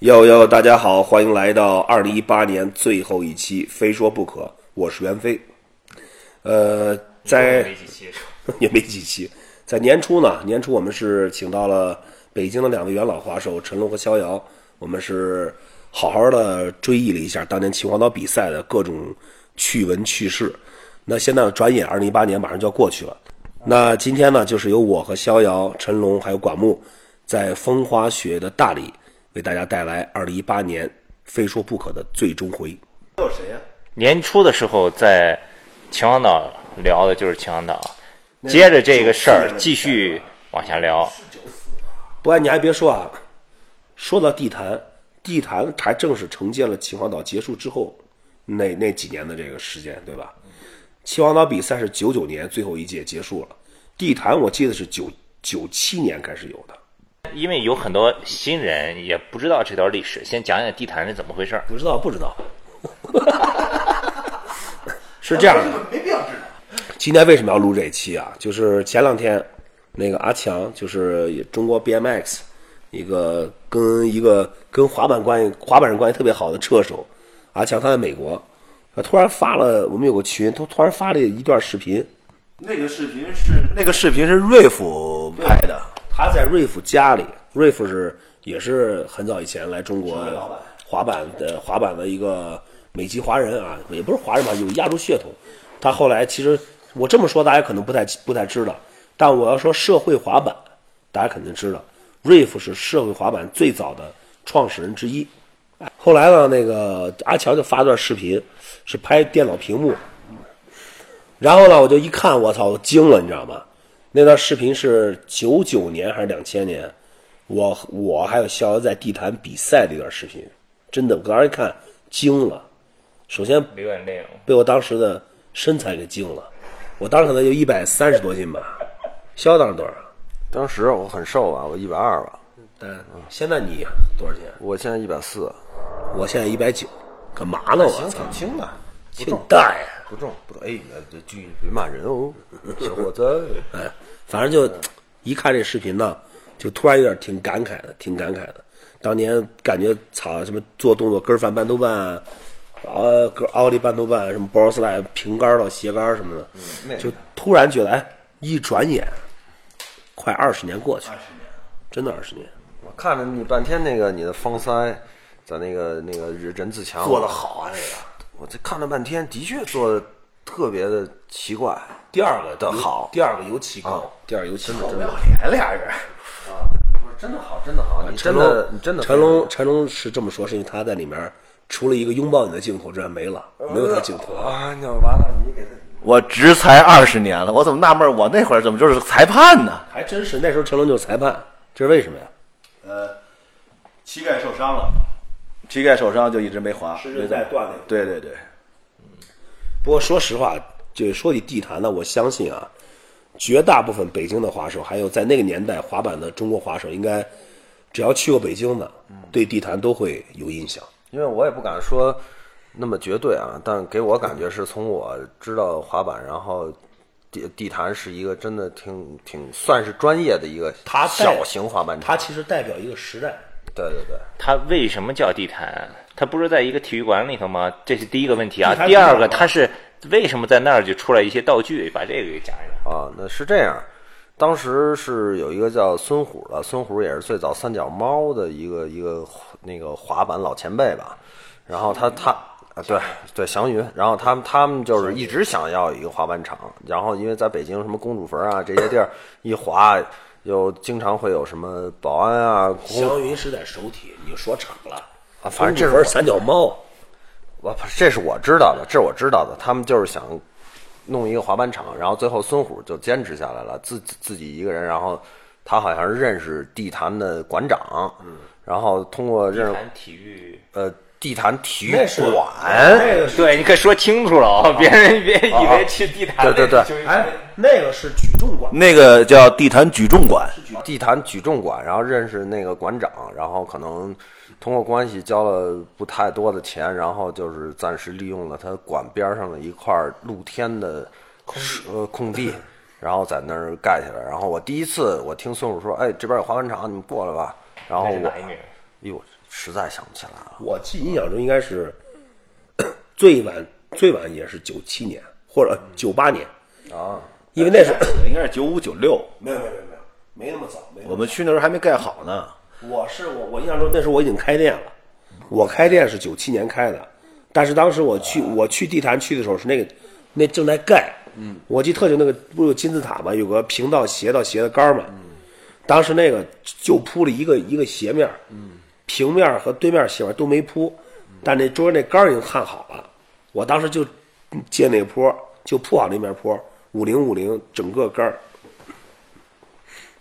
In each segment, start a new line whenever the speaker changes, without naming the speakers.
哟哟，大家好，欢迎来到二零一八年最后一期《非说不可》，我是袁飞。呃，在
没几期，
也没几期，在年初呢，年初我们是请到了北京的两位元老滑手陈龙和逍遥，我们是好好的追忆了一下当年秦皇岛比赛的各种趣闻趣事。那现在转眼二零一八年马上就要过去了，那今天呢，就是由我和逍遥、陈龙还有管木，在风花雪的大理为大家带来二零一八年非说不可的最终回忆。有谁呀、
年初的时候在秦皇岛聊的就是秦皇岛，接着这个事儿继续往下聊。
不过你还别说啊，说到地坛，地坛还正是承接了秦皇岛结束之后那那几年的这个时间，对吧？秦皇岛比赛是九九年最后一届结束了，地坛我记得是九九七年开始有的，
因为有很多新人也不知道这段历史，先讲讲地坛是怎么回事儿。
不知道不知道， 是这样的。
没必要知道。
今天为什么要录这一期啊？就是前两天，那个阿强，就是也中国 BMX 一个跟一个跟滑板关系滑板人关系特别好的车手，阿强他在美国，他突然发了我们有个群，他突然发了一段视频，
那个视频是那个视频是瑞夫拍的，
他在瑞夫家里，瑞夫是也是很早以前来中国滑板的滑板的一个美籍华人啊，也不是华人吧，有亚洲血统。他后来其实我这么说，大家可能不太不太知道，但我要说社会滑板，大家肯定知道，瑞夫是社会滑板最早的创始人之一。哎后来呢，那个阿强就发段视频，是拍电脑屏幕，然后呢，我就一看，我操，我惊了，你知道吗？那段视频是九九年还是两千年？我我还有逍遥在地坛比赛的一段视频，真的，我当时一看惊了。首先
流眼泪了，
被我当时的身材给惊了，我当时可能有一百三十多斤吧，逍遥当时多少？
当时我很瘦啊，我一百二吧，
但现在你多少斤？啊
我现在一百四，
我现在一百九，干嘛呢？我啊操！
轻的，
去你大爷！
不重不重。哎，你这句别骂人哦，小伙子。
哎，反正就一看这视频呢，就突然有点挺感慨的，挺感慨的。当年感觉操什么做动作根儿翻半头半啊，呃，格奥利半头半什么 boss line 平杆儿到斜杆儿什么的，就突然觉得哎，一转眼快二十年过去了，真的二十年。
我看着你半天那个你的方腮，在那个那个任自强
做得好啊，这个。
我这看了半天，的确做的特别的奇怪。
第二个
的好
哦第二个尤其高，啊第二个尤其高，真的。
连俩人，不是真的好，真的好，啊你
成
真的你真的
成龙，成龙是这么说，是因为他在里面除了一个拥抱你的镜头之外没了，没有他镜头。
啊，你完了，你给他
我职才二十年了，我怎么纳闷儿我那会儿怎么就是裁判呢？
还真是，那时候成龙就是裁判，这是为什么呀？
膝盖受伤了，膝盖受伤就一直没滑，
是韧带断裂
对对对，
不过说实话，就说起地坛呢，我相信啊，绝大部分北京的滑手，还有在那个年代滑板的中国滑手，应该只要去过北京的，对地坛都会有印象。
因为我也不敢说那么绝对啊，但给我感觉是从我知道滑板，然后地地坛是一个真的挺挺算是专业的一个
它带
小型滑板场，
它其实代表一个时代。
对对对，
它为什么叫地坛？它不是在一个体育馆里头吗？这是第一个问题啊
地。坛
第
不
二
是
个，
吗
它是为什么在那儿就出来一些道具？把这个给讲一讲。
啊，那是这样。当时是有一个叫孙虎的，孙虎也是最早三脚猫的一个一个那个滑板老前辈吧。然后他他啊，对对，祥云。然后他们他们就是一直想要一个滑板场，然后因为在北京什么公主坟啊这些地儿一滑，又经常会有什么保安啊，公
祥云是在首体，你就说场了
啊反正这是
公主坟三脚猫，
我不是这是我知道的，这是我知道的。他们就是想弄一个滑板场，然后最后孙虎就坚持下来了，自自己一个人。然后他好像是认识地坛的馆长，
嗯
然后通过认识
谈体育。
呃地坛体育
那是
馆，
那个是
对，你可说清楚了啊！别人别以为去地坛
对对对
就是
哎，那个是举重馆，
那个叫地坛举重馆，
地坛举重馆，然后认识那个馆长，然后可能通过关系交了不太多的钱，然后就是暂时利用了他馆边上的一块露天的呃空地，然后在那儿盖起来。然后我第一次我听孙武说，哎，这边有滑板场，你们过来吧。然后
那是
我
哪一年，
哎呦，实在想不起来了。
我记印象中应该是最晚最晚也是九七年或者九八年
啊，
因为那是
应该是九五九六，
没有没有没有没有没那么早，没那么早
我们去那时候还没盖好呢。
我是我，我印象中那时候我已经开店了，我开店是九七年开的，但是当时我去我去地坛去的时候是那个那正在盖，嗯，我记得特清那个不是有金字塔嘛，有个平到斜到斜的杆儿嘛，当时那个就铺了一个一个斜面，嗯，平面儿和对面斜面都没铺，但那中间那杆儿已经焊好了，我当时就接那坡就铺好那面坡，五零五零整个杆儿，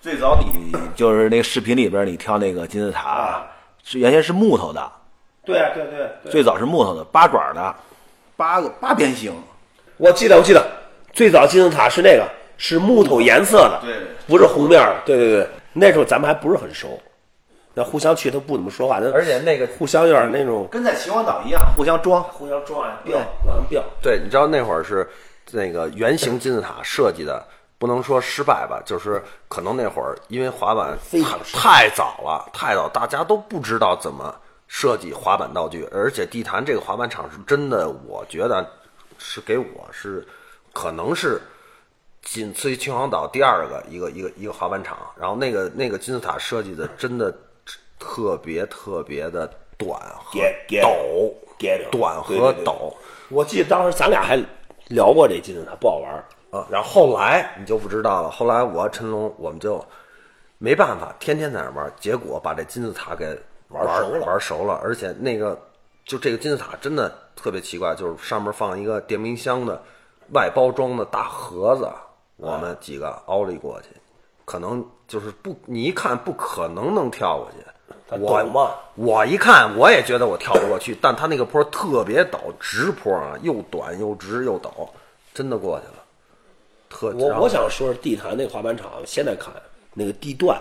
最早你就是那个视频里边你跳那个金字塔，啊是原先是木头的，
对啊对对对
最早是木头的八爪的，八个八边形，
我记得，我记得，最早金字塔是那个是木头颜色的，
对
不是红面儿的，对对对。那时候咱们还不是很熟，那互相去他不怎么说话，那
而且那个
互相有点那种
跟在秦皇岛一样互相装。啊哎
互相撞呀，飙，往上飙。
对，你知道那会儿是那个圆形金字塔设计的，不能说失败吧，就是可能那会儿因为滑板
非常失败
太太早了，太早，大家都不知道怎么设计滑板道具，而且地坛这个滑板场是真的，我觉得是给我是可能是。仅次于秦皇岛第二个一个一个一个滑板场，然后那个那个金字塔设计的真的特别特别的短和
Get- get-
陡
get-，
短
对
和
对对
陡，
我记得当时咱俩还聊过这金字塔不好玩儿，
啊，然后后来你就不知道了。后来我陈龙我们就没办法，天天在那玩，结果把这金字塔给玩
玩熟了
玩熟了。而且那个就这个金字塔真的特别奇怪，就是上面放一个电冰箱的外包装的大盒子，我们几个奥利过去，可能就是不你一看不可能能跳过去。
他
我
陡吗
我一看，我也觉得我跳不过去，但他那个坡特别陡，直坡啊，又短又直又陡，真的过去了。特
我
然后
我想说是地坛那个滑板场，现在看那个地段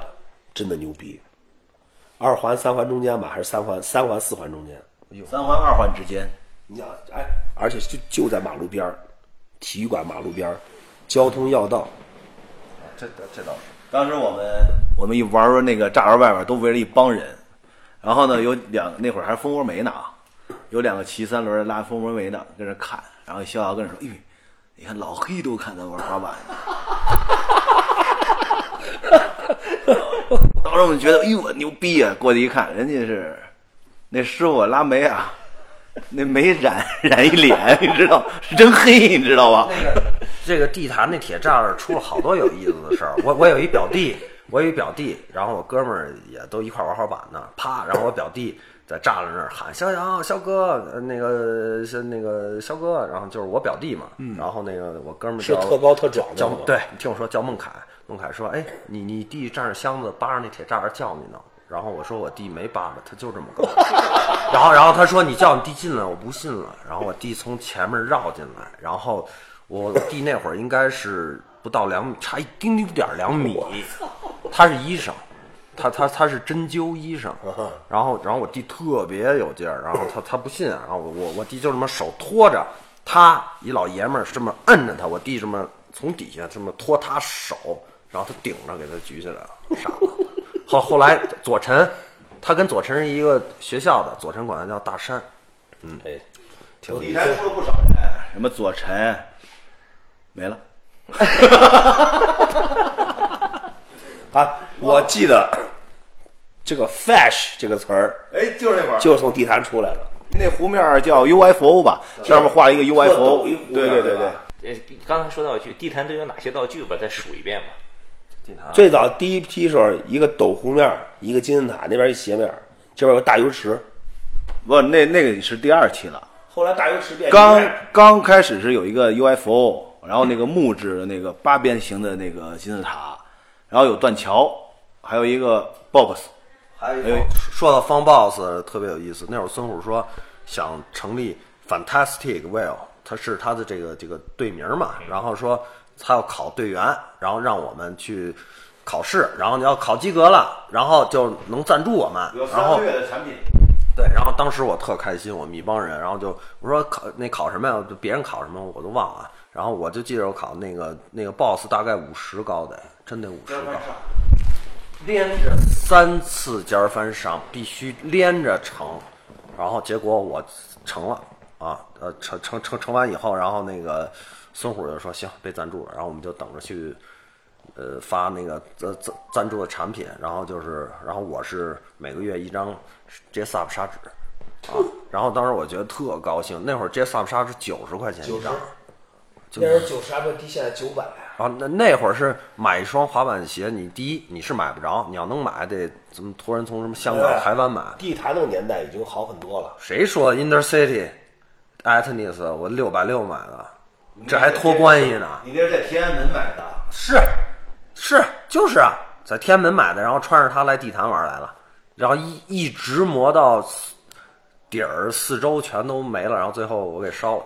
真的牛逼，二环三环中间吧，还是三环三环四环中间，
三环二环之间，
你想，哎，而且就就在马路边儿，体育馆马路边儿，交通要道，
这这这倒是
当时我们我们一玩儿那个栅栏外边都围了一帮人，然后呢有两那会儿还是蜂窝煤呢啊，有两个骑三轮的拉蜂窝煤的跟那看，然后逍遥跟着说：“哎呦，你看老黑都看咱玩滑板。”当时我们觉得，哎呦，牛逼啊！过去一看，人家是那师傅拉煤啊，那煤染染一脸，你知道，是真黑，你知道吧？
这个地坛那铁栅栏出了好多有意思的事儿。我我有一表弟，我有一表弟，然后我哥们儿也都一块儿玩滑板呢。啪，然后我表弟在栅栏那儿喊逍遥、肖哥，呃那个是那个肖哥，然后就是我表弟嘛。然后那个我哥们儿
嗯是
叫
特高特壮的
叫
吗
对你听我说叫孟凯，孟凯说，哎，你你弟站着箱子扒着那铁栅栏叫你呢。然后我说我弟没扒着，他就这么高。 然后然后他说你叫你弟进来，我不信了。然后我弟从前面绕进来，然后我弟那会儿应该是不到两米，差一丁丁点儿两米。他是医生，他他他是针灸医生。然后然后我弟特别有劲儿，然后他他不信，然后我我我弟就这么手托着他，一老爷们儿这么摁着他，我弟这么从底下这么托他手，然后他顶着给他举起来了，傻了。后后来左晨，他跟左晨是一个学校的，左晨管他叫大山。
哎，挺
地
厉害
坛。出了不少人，什么左晨，没 了。
啊，我记得这个 “fash” 这个词儿
哎，就是那会儿
就是从地坛出来的。
那湖面儿叫 UFO 吧，上面画了一个 UFO，
一湖面
对对
对
对
吧
呃，刚才说道具，地坛都有哪些道具吧？再数一遍吧。
地坛
最早第一批时候，一个陡湖面儿，一个金字塔，那边一斜面儿，这边有个大油池。
不，那那个是第二期了，
后来大油池变
刚刚开始是有一个 UFO，然后那个木质的那个八边形的那个金字塔，然后有断桥，还有一个 box，
还有说到方 boss 特别有意思，那会儿孙虎说想成立 Fantastic Will，他是他的这个这个队名嘛，然后说他要考队员，然后让我们去考试，然后你要考及格了，然后就能赞助我们，然后
的产品。
对，然后当时我特开心，我们一帮人，然后就我说考那考什么呀？就别人考什么我都忘了，然后我就记着我考那个那个 boss 大概五十高的，真得五十高。连着三次尖儿翻上，必须连着成，然后结果我成了啊，呃，成成成成完以后，然后那个孙虎就说行，被赞助了，然后我们就等着去。呃，发那个赞赞赞助的产品，然后就是，然后我是每个月一张 JSUP 砂纸，啊，然后当时我觉得特高兴，那会儿 JSUP 砂纸九十块钱一张，
那时候九十还不低，现在九百。
啊，那那会儿是买一双滑板鞋，你第一你是买不着，你要能买得怎么托人从什么香港、台湾买。
地坛那个年代已经好很多了，
谁说 Intercity、Atnis 我六百六买的，这还托关系呢？
你那是在天安门买的，
是，是，就是啊，在天安门买的，然后穿着它来地坛玩来了，然后一一直磨到底儿四周全都没了，然后最后我给烧了，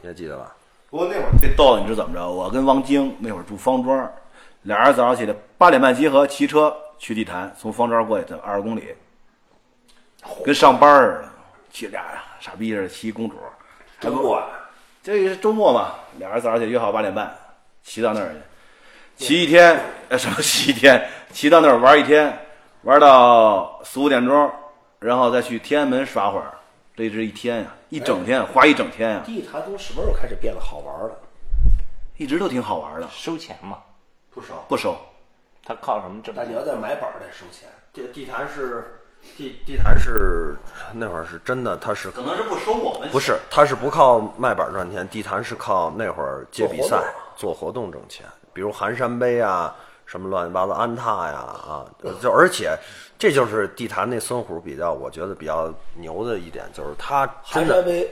你还记得吧？
不过那会儿最逗，你知道怎么着？我跟汪晶那会儿住方庄，俩人早上起来八点半集合，骑车去地坛，从方庄过去，这二十公里，跟上班儿似的，骑俩傻逼似的骑公主，
真乱。
这是周末嘛，俩人早上起来约好八点半，骑到那儿去，骑一天，呃，什么骑一天，骑到那儿玩一天，玩到四五点钟，然后再去天安门耍会儿，这是一天呀、一整天，花一整天呀、
地坛从什么时候开始变得好玩了？
一直都挺好玩的，
收钱嘛，
不少。
不收。
他靠什么挣
但啊你
钱？
要再买板儿得收钱。
地地坛是地地坛是那会儿是真的，它是
可能是不收我们
不是它是不靠卖板赚钱，地坛是靠那会儿接比赛做活动挣钱，比如寒山杯啊，什么乱七八糟安踏呀啊，就而且这就是地坛那孙虎比较，我觉得比较牛的一点就是他
寒
真
山
的
杯，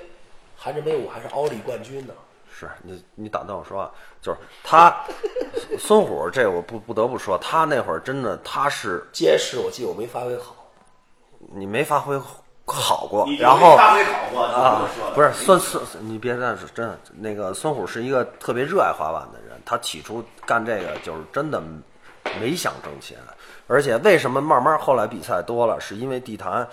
寒山杯我还是奥利冠军呢。
是你你打断我说啊，就是他孙虎这我不不得不说，他那会儿真的他是
街市我记得我没发挥好，
你没发挥好过
你，就
然后
没发挥好过
啊
你这么说，的
不是孙孙，你别这样说，真的，那个孙虎是一个特别热爱滑板的人，他起初干这个就是真的没想挣钱，而且为什么慢慢后来比赛多了，是因为地坛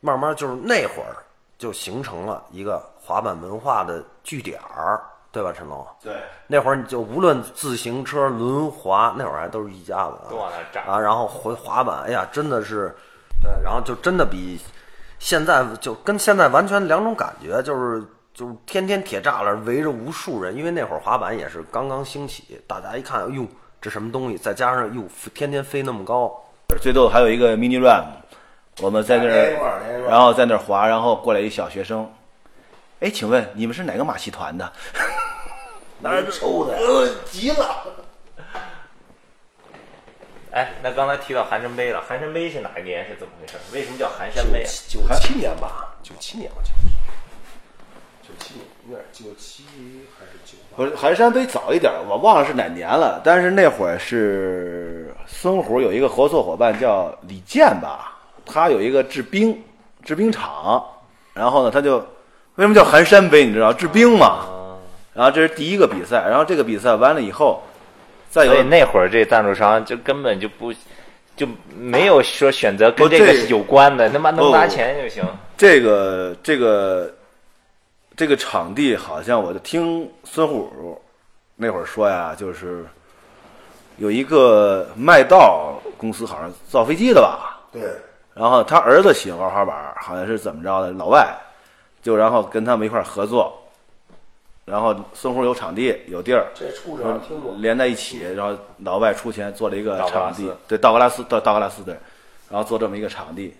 慢慢就是那会儿就形成了一个滑板文化的据点儿，对吧，陈龙？
对，
那会儿你就无论自行车、轮滑，那会儿还都是一家子啊，
都往那儿扎
啊，然后回滑板，哎呀，真的是，对，然后就真的比现在就跟现在完全两种感觉，就是就是天天铁栅栏围着无数人，因为那会儿滑板也是刚刚兴起，大家一看，哎呦，这什么东西？再加上哟，天天飞那么高，
最逗还有一个 mini run，我们在那
连一块儿连一
哎儿，
块儿
然后在那儿滑，然后过来一小学生，哎，请问你们是哪个马戏团的？
拿人抽的，呃，急了。
哎，那刚才提到寒山杯了，寒山杯是哪一年？是怎么回事？为什么叫寒山杯啊？
九七年吧，九七年我记得是，九七年有点九七还是九八？
不是寒山杯早一点，我忘了是哪年了，但是那会儿是孙虎有一个合作伙伴叫李健吧，他有一个制冰制冰厂，然后呢，他就为什么叫寒山杯？你知道制冰嘛？然后这是第一个比赛，然后这个比赛完了以后，再有
所以那会儿这赞助商就根本就不就没有说选择跟
不
这个
这
有关的，他妈能拿
哦
钱就行。
这个这个这个场地，好像我就听孙虎那会儿说呀，就是有一个麦道公司，好像造飞机的吧。
对，
然后他儿子喜欢玩滑板，好像是怎么着的，老外就然后跟他们一块儿合作，然后孙虎有场地有地儿，
这畜生听过。
连在一起，然后老外出钱做了一个
道格拉
场
斯
地，对，道格拉斯，道道格拉斯对，然后做这么一个场地，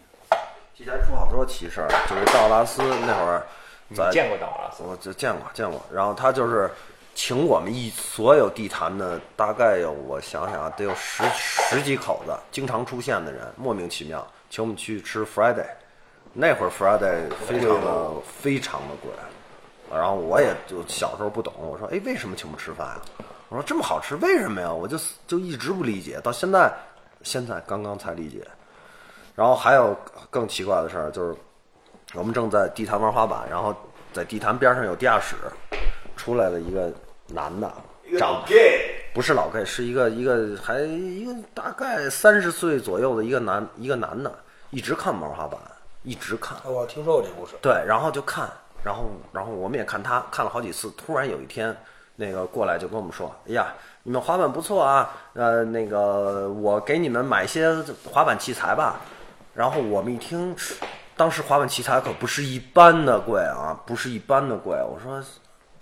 提前出好多奇事儿，就是道拉斯那会儿，在
你见过道格拉斯？
我就见过见过。然后他就是请我们一所有地坛的，大概有我想想啊，得有十十几口子，经常出现的人，莫名其妙，请我们去吃 Friday。那会儿 Friday 非常的非常的贵，然后我也就小时候不懂，我说哎为什么请我们吃饭啊？我说这么好吃为什么呀？我就就一直不理解，到现在现在刚刚才理解。然后还有更奇怪的事儿，就是我们正在地坛玩滑板，然后在地坛边上有地下室，出来了一个男的，长
gay。
不是老 gay，是一个一个还一个大概三十岁左右的一个男一个男的，一直看我们玩滑板，一直看，
哎，我听说过这故事。
对，然后就看，然后然后我们也看他看了好几次，突然有一天那个过来就跟我们说，哎呀，你们滑板不错啊，呃，那个我给你们买些滑板器材吧。然后我们一听，当时滑板器材可不是一般的贵啊，不是一般的贵。我说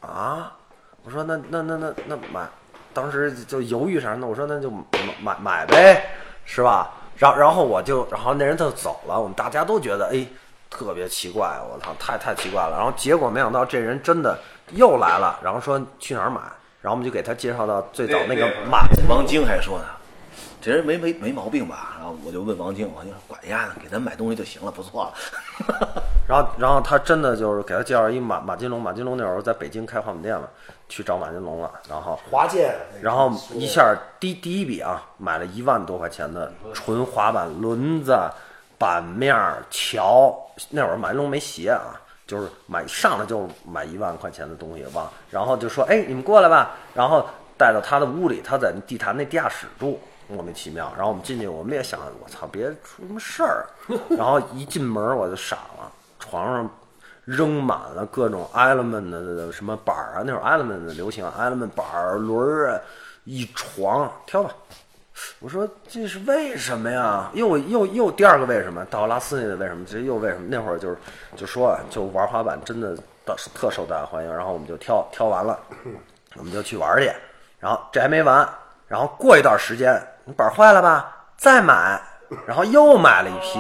啊，我说那那那那那买，当时就犹豫啥呢？我说那就买买买呗，是吧？然后然后我就，然后那人他就走了，我们大家都觉得哎特别奇怪，我操，太太奇怪了。然后结果没想到这人真的又来了，然后说去哪儿买，然后我们就给他介绍到最早那个马
王晶还说呢，这人没没没毛病吧？然后我就问王晶，王晶说管丫的，给咱买东西就行了，不错了。
然后，然后他真的就是给他介绍一马马金龙，马金龙那时候在北京开画舫店嘛，去找马金龙了。然后，
华健，
然后一下第第一笔啊，买了一万多块钱的纯滑板轮子、板面儿、桥。那会儿马金龙没鞋啊，就是买上来就买一万块钱的东西吧。然后就说：“哎，你们过来吧。”然后带到他的屋里，他在地坛那地下室住。莫名其妙，然后我们进去，我们也想，我操，别出什么事儿。啊然后一进门我就傻了，床上扔满了各种 element 的什么板儿啊，那会儿 element 的流行啊，element 板儿、轮儿啊，一床挑吧。我说这是为什么呀？又又又第二个为什么？道格拉斯那个为什么？这又为什么？那会儿就是就说啊，就玩滑板真的到特受大家欢迎，然后我们就挑挑完了，我们就去玩去。然后这还没完，然后过一段时间你板儿坏了吧，再买，然后又买了一批。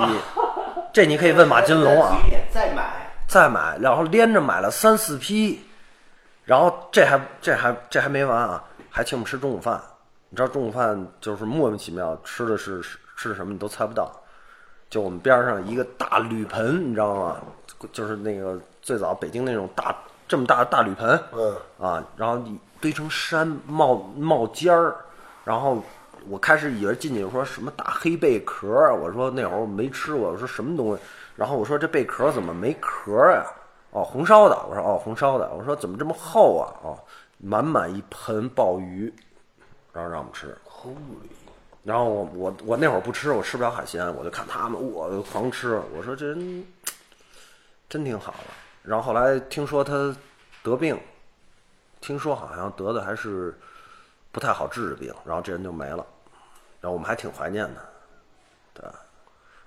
这你可以问马金龙啊。
再买，
再买，然后连着买了三四批，然后这还这还这还没完啊，还请我们吃中午饭。你知道中午饭就是莫名其妙吃的是吃的什么，你都猜不到。就我们边上一个大铝盆，你知道吗？就是那个最早北京那种大这么大的大铝盆，
嗯
啊，然后堆成山冒冒尖儿，然后我开始以为进去说什么大黑贝壳儿，啊我说那会儿我没吃过，我说什么东西，然后我说这贝壳儿怎么没壳儿呀、哦，红烧的，我说哦红烧的，我说怎么这么厚啊？哦，满满一盆鲍鱼，然后让我们吃。然后我我我那会儿不吃，我吃不了海鲜，我就看他们，我就狂吃。我说这人真挺好的。然后后来听说他得病，听说好像得的还是不太好治的病，然后这人就没了。然后我们还挺怀念的，对，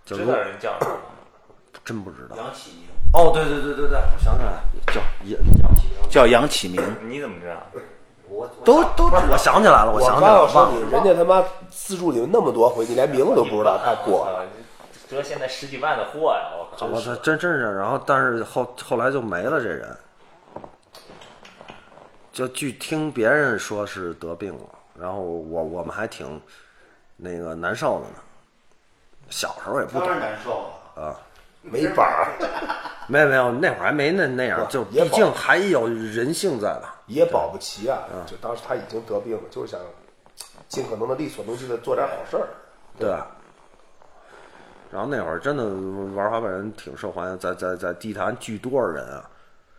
就
知
如
道人叫什么吗？
真不知道。
杨启明
哦，对对对对对，我想起来了，叫也杨启明。
叫杨启明，
你怎么知道？
都都，我想起来了，我
我
想
刚
起来
要
了，
说
忘了
你，人家他妈资助你们那么多回，你连名字都不知道，太过了。
了。得啊现在十几万的货呀！我靠，
我操，哦真真是，然后但是后后来就没了这人，就据听别人说是得病了，然后我我们还挺那个难受的呢。小时候也不懂，
难受啊了。
没板儿，
没有没有，那会儿还没那那样，就
也
毕
保
竟还有人性在吧。
也保不齐啊。就当时他已经得病了，就是想尽可能的力所能及的做点好事儿。
对。然后那会儿真的玩滑板人挺受欢迎，在在在地坛聚多少人啊！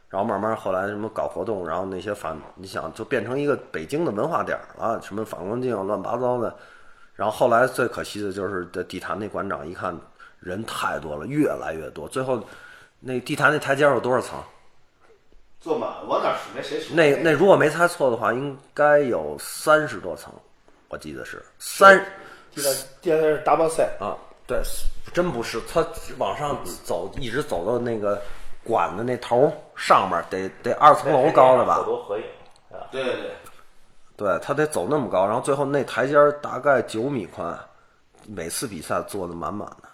然后慢慢后来什么搞活动，然后那些反你想就变成一个北京的文化点儿了，什么反光镜啊乱七八糟的。然后后来最可惜的就是这地坛那馆长一看人太多了，越来越多，最后那地坛那台阶儿有多少层？
坐满往哪数？那谁数
那那如果没猜错的话，应该有三十多层，我记得是三。
第三第三是打包赛，
啊，对，真不是，他往上走，一直走到那个管的那头儿上面儿，得得二层楼高了
好
吧？
多合影，啊对吧？
对对对，
对他得走那么高，然后最后那台阶儿大概九米宽，每次比赛坐的满满的，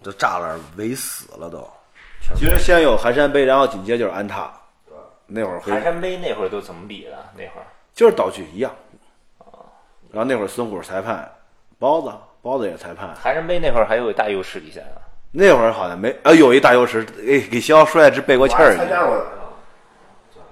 就栅栏围死了都。
其实先有寒山杯，然后紧接就是安踏，那会儿
寒
会
山杯那会儿都怎么比的？那会儿
就是道具一样。然后那会儿孙虎是裁判，包子包子也是裁判，
寒山杯那会儿还有大优势啊比赛呢。
那会儿好像没啊，有一大优势，哎，给逍遥摔一只背过气儿
我还参加过呢。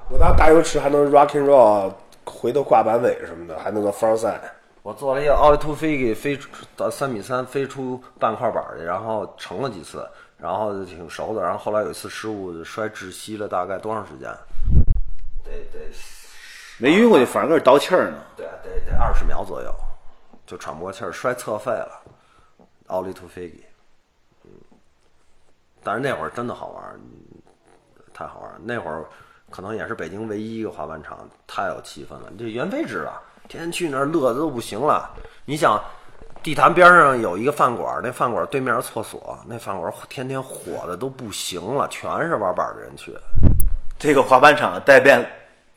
我当时打油池还能 rock and roll，回头挂板尾什么的，还能个 front side。
我做了一个奥利突飞给飞出到三米三飞出半块板儿去，然后成了几次，然后就挺熟的，然后后来有一次失误就摔窒息了，大概多长时间？得得
没晕过去，反而搁这倒气儿呢。
对，啊得得二十秒左右，就喘不过气儿，摔侧肺了，奥利图菲给。嗯，但是那会儿真的好玩儿，嗯太好玩儿。那会儿可能也是北京唯一一个滑板场，太有气氛了。这原配置啊，天天去那儿乐的都不行了。你想，地坛边上有一个饭馆，那饭馆对面是厕所，那饭馆天天火的都不行了，全是玩板的人去。
这个滑板场带变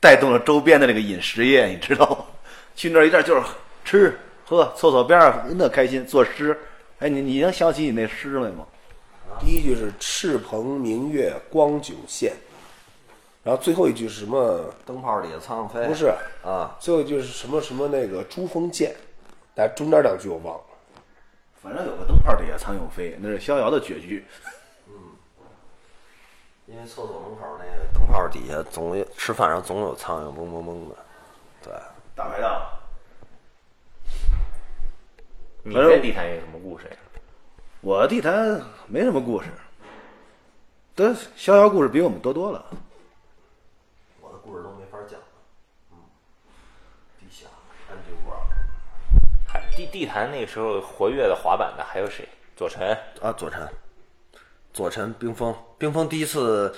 带动了周边的这个饮食业，你知道吗？ 去那儿一阵儿就是吃喝，厕所边儿那开心，作诗。哎，你你能想起你那诗来吗？
第一句是“赤鹏明月光九线”，然后最后一句是什么？
灯泡里的苍蝇飞，
不是
啊，
最后一句是什么什么那个珠峰见，但中间两句我忘了。
反正有个灯泡底下苍蝇飞，那是逍遥的绝句。
因为厕所门口那个灯泡底下总有吃饭，然后总有苍蝇嗡嗡嗡的。对，
大排档，
你在地坛有什么故事呀？
我的地坛没什么故事，但逍遥故事比我们多多了。
我的故事都没法讲了。嗯，地下安吉屋
还地地坛那个时候活跃的滑板的还有谁？左晨，
啊，左晨，左晨，冰峰，冰峰第一次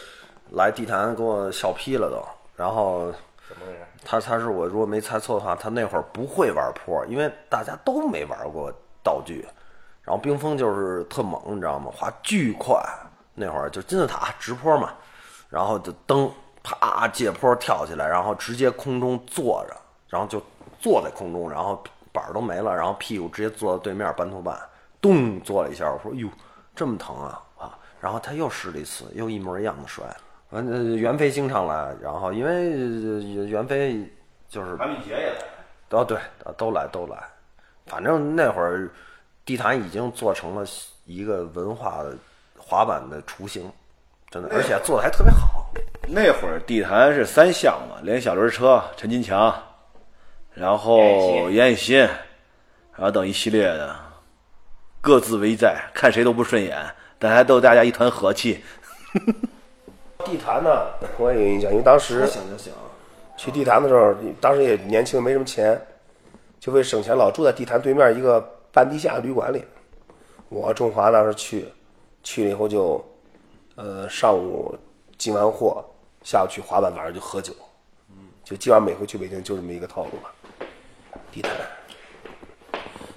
来地坛给我笑劈了都。然后
怎么回事？
他他是我如果没猜错的话，他那会儿不会玩坡，因为大家都没玩过道具。然后冰封就是特猛，你知道吗？滑巨快，那会儿就金字塔直坡嘛，然后就蹬，啪借坡跳起来，然后直接空中坐着，然后就坐在空中，然后板儿都没了，然后屁股直接坐到对面半拖板，咚坐了一下，我说哟这么疼啊啊！然后他又试了一次，又一模一样的摔。完，呃袁飞经常来，然后因为呃袁飞就是
米杰也来，
哦，对，啊都来都来，反正那会儿地坛已经做成了一个文化的滑板的雏形，真的，而且做的还特别好。
那会儿地坛是三项嘛，连小轮车、陈金强，然后严雨欣，然后等一系列的，各自为战，看谁都不顺眼，但还都大家一团和气。
地坛呢， 我也有印象，因为当时
就行，
去地坛的时候，当时也年轻，没什么钱，就为省钱，老住在地坛对面一个半地下旅馆里。我中华当时去，去了以后就，呃，上午进完货，下午去滑板，晚上就喝酒，就基本上每回去北京就这么一个套路吧。地坛，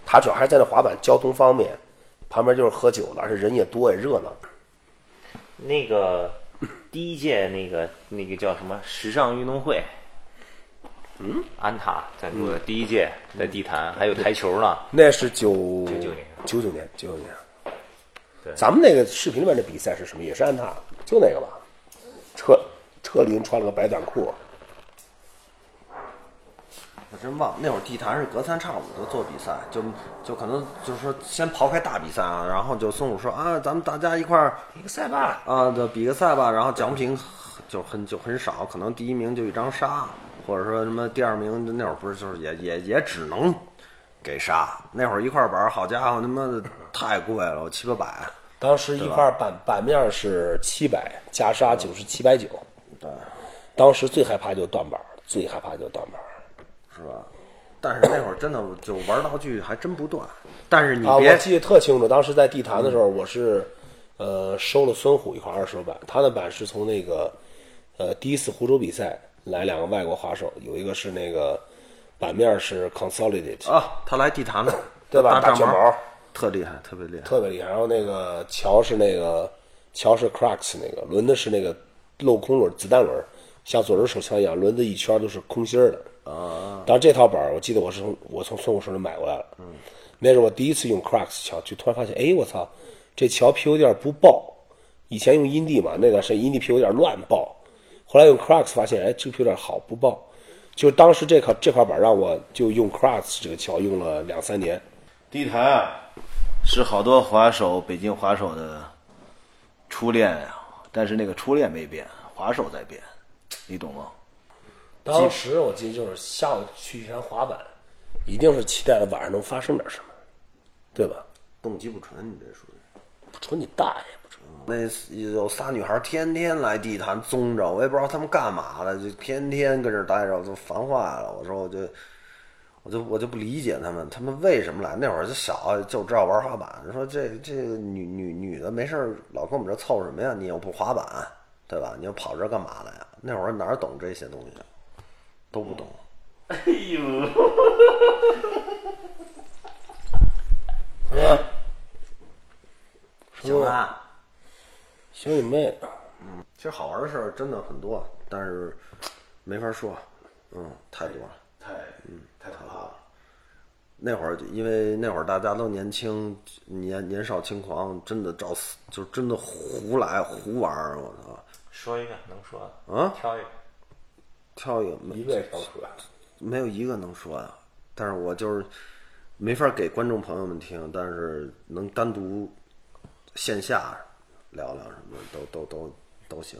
他主要还是在那滑板交通方面，旁边就是喝酒了，而且人也多也热闹。
那个第一届那个那个叫什么时尚运动会？嗯，安踏赞助的第一届在地坛，还有台球呢。
那是九
99年
九九年，九九年。
对
咱们那个视频里面的比赛是什么？也是安踏，就那个吧。车车林穿了个白短裤，
我真忘了那会儿地坛是隔三差五的做比赛，就就可能就是说先刨开大比赛啊，然后就松鼠说啊，咱们大家一块儿
比个赛吧。
啊，就比个赛吧，然后奖品就很就很少，可能第一名就一张沙，或者说什么第二名，就那会儿不是就是也也也只能给沙。那会儿一块板儿，好家伙，他妈的太贵了，我七八百。
当时一块板板面是七百，加沙九是七百九。
对，
当时最害怕就是断板，最害怕就是断板。
是吧？但是那会儿真的就玩道具还真不断，但是你
啊，
别、
我记得特清楚，当时在地坛的时候，我是呃收了孙虎一块二手板，他的板是从那个呃第一次湖州比赛来两个外国滑手，有一个是那个版面是 Consolidate，、
啊，他来地坛了，
对吧？
大
卷
毛
毛
特厉害，特别厉害。
特别厉害，然后那个乔是那个乔是 Crux 那个轮的是那个镂空轮子弹轮，像左轮手枪一样，轮子一圈都是空心儿的。啊，当时这套板儿我记得我是从我从孙悟手里买过来了。嗯，那是我第一次用 Crux 桥，就突然发现，哎，我操，这桥 PU 垫不爆，以前用阴地嘛，那个是阴地 PU 垫乱爆，后来用 Crux 发现，哎，这个 PU 垫好不爆，就当时这块这块板儿让我就用 Crux 这个桥用了两三年。
地坛啊，是好多滑手，北京滑手的初恋呀、但是那个初恋没变，滑手在变，你懂吗？
当时我记得就是下午去山滑板，一定是期待着晚上能发生点什么，对吧？
动机不纯，你这属于。
不纯你大爷，不纯。
那有仨女孩天天来地坛宗着，我也不知道她们干嘛的，就天天跟这儿待着，我就烦坏了。我说我就，我就我就不理解她们，她们为什么来？那会儿就小，就知道玩滑板。说这这个女女女的没事儿老跟我们这凑什么呀？你又不滑板，对吧？你要跑这干嘛来呀？啊那会儿哪懂这些东西啊，都不懂。
哎呦，行了，
行你妹！啊
其实好玩的事儿真的很多，但是没法说，嗯，太多了。
太嗯太可怕了。
那会儿就因为那会儿大家都年轻，年年少轻狂，真的找死，就真的胡来胡玩儿。我操！
说一个能说的，
啊，
挑一个。
跳一个没
个也挑出来。
没有一个能说的，但是我就是没法给观众朋友们听，但是能单独线下聊聊什么的都都都都行。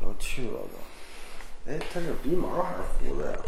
有趣了都，哎，它是鼻毛还是胡子呀？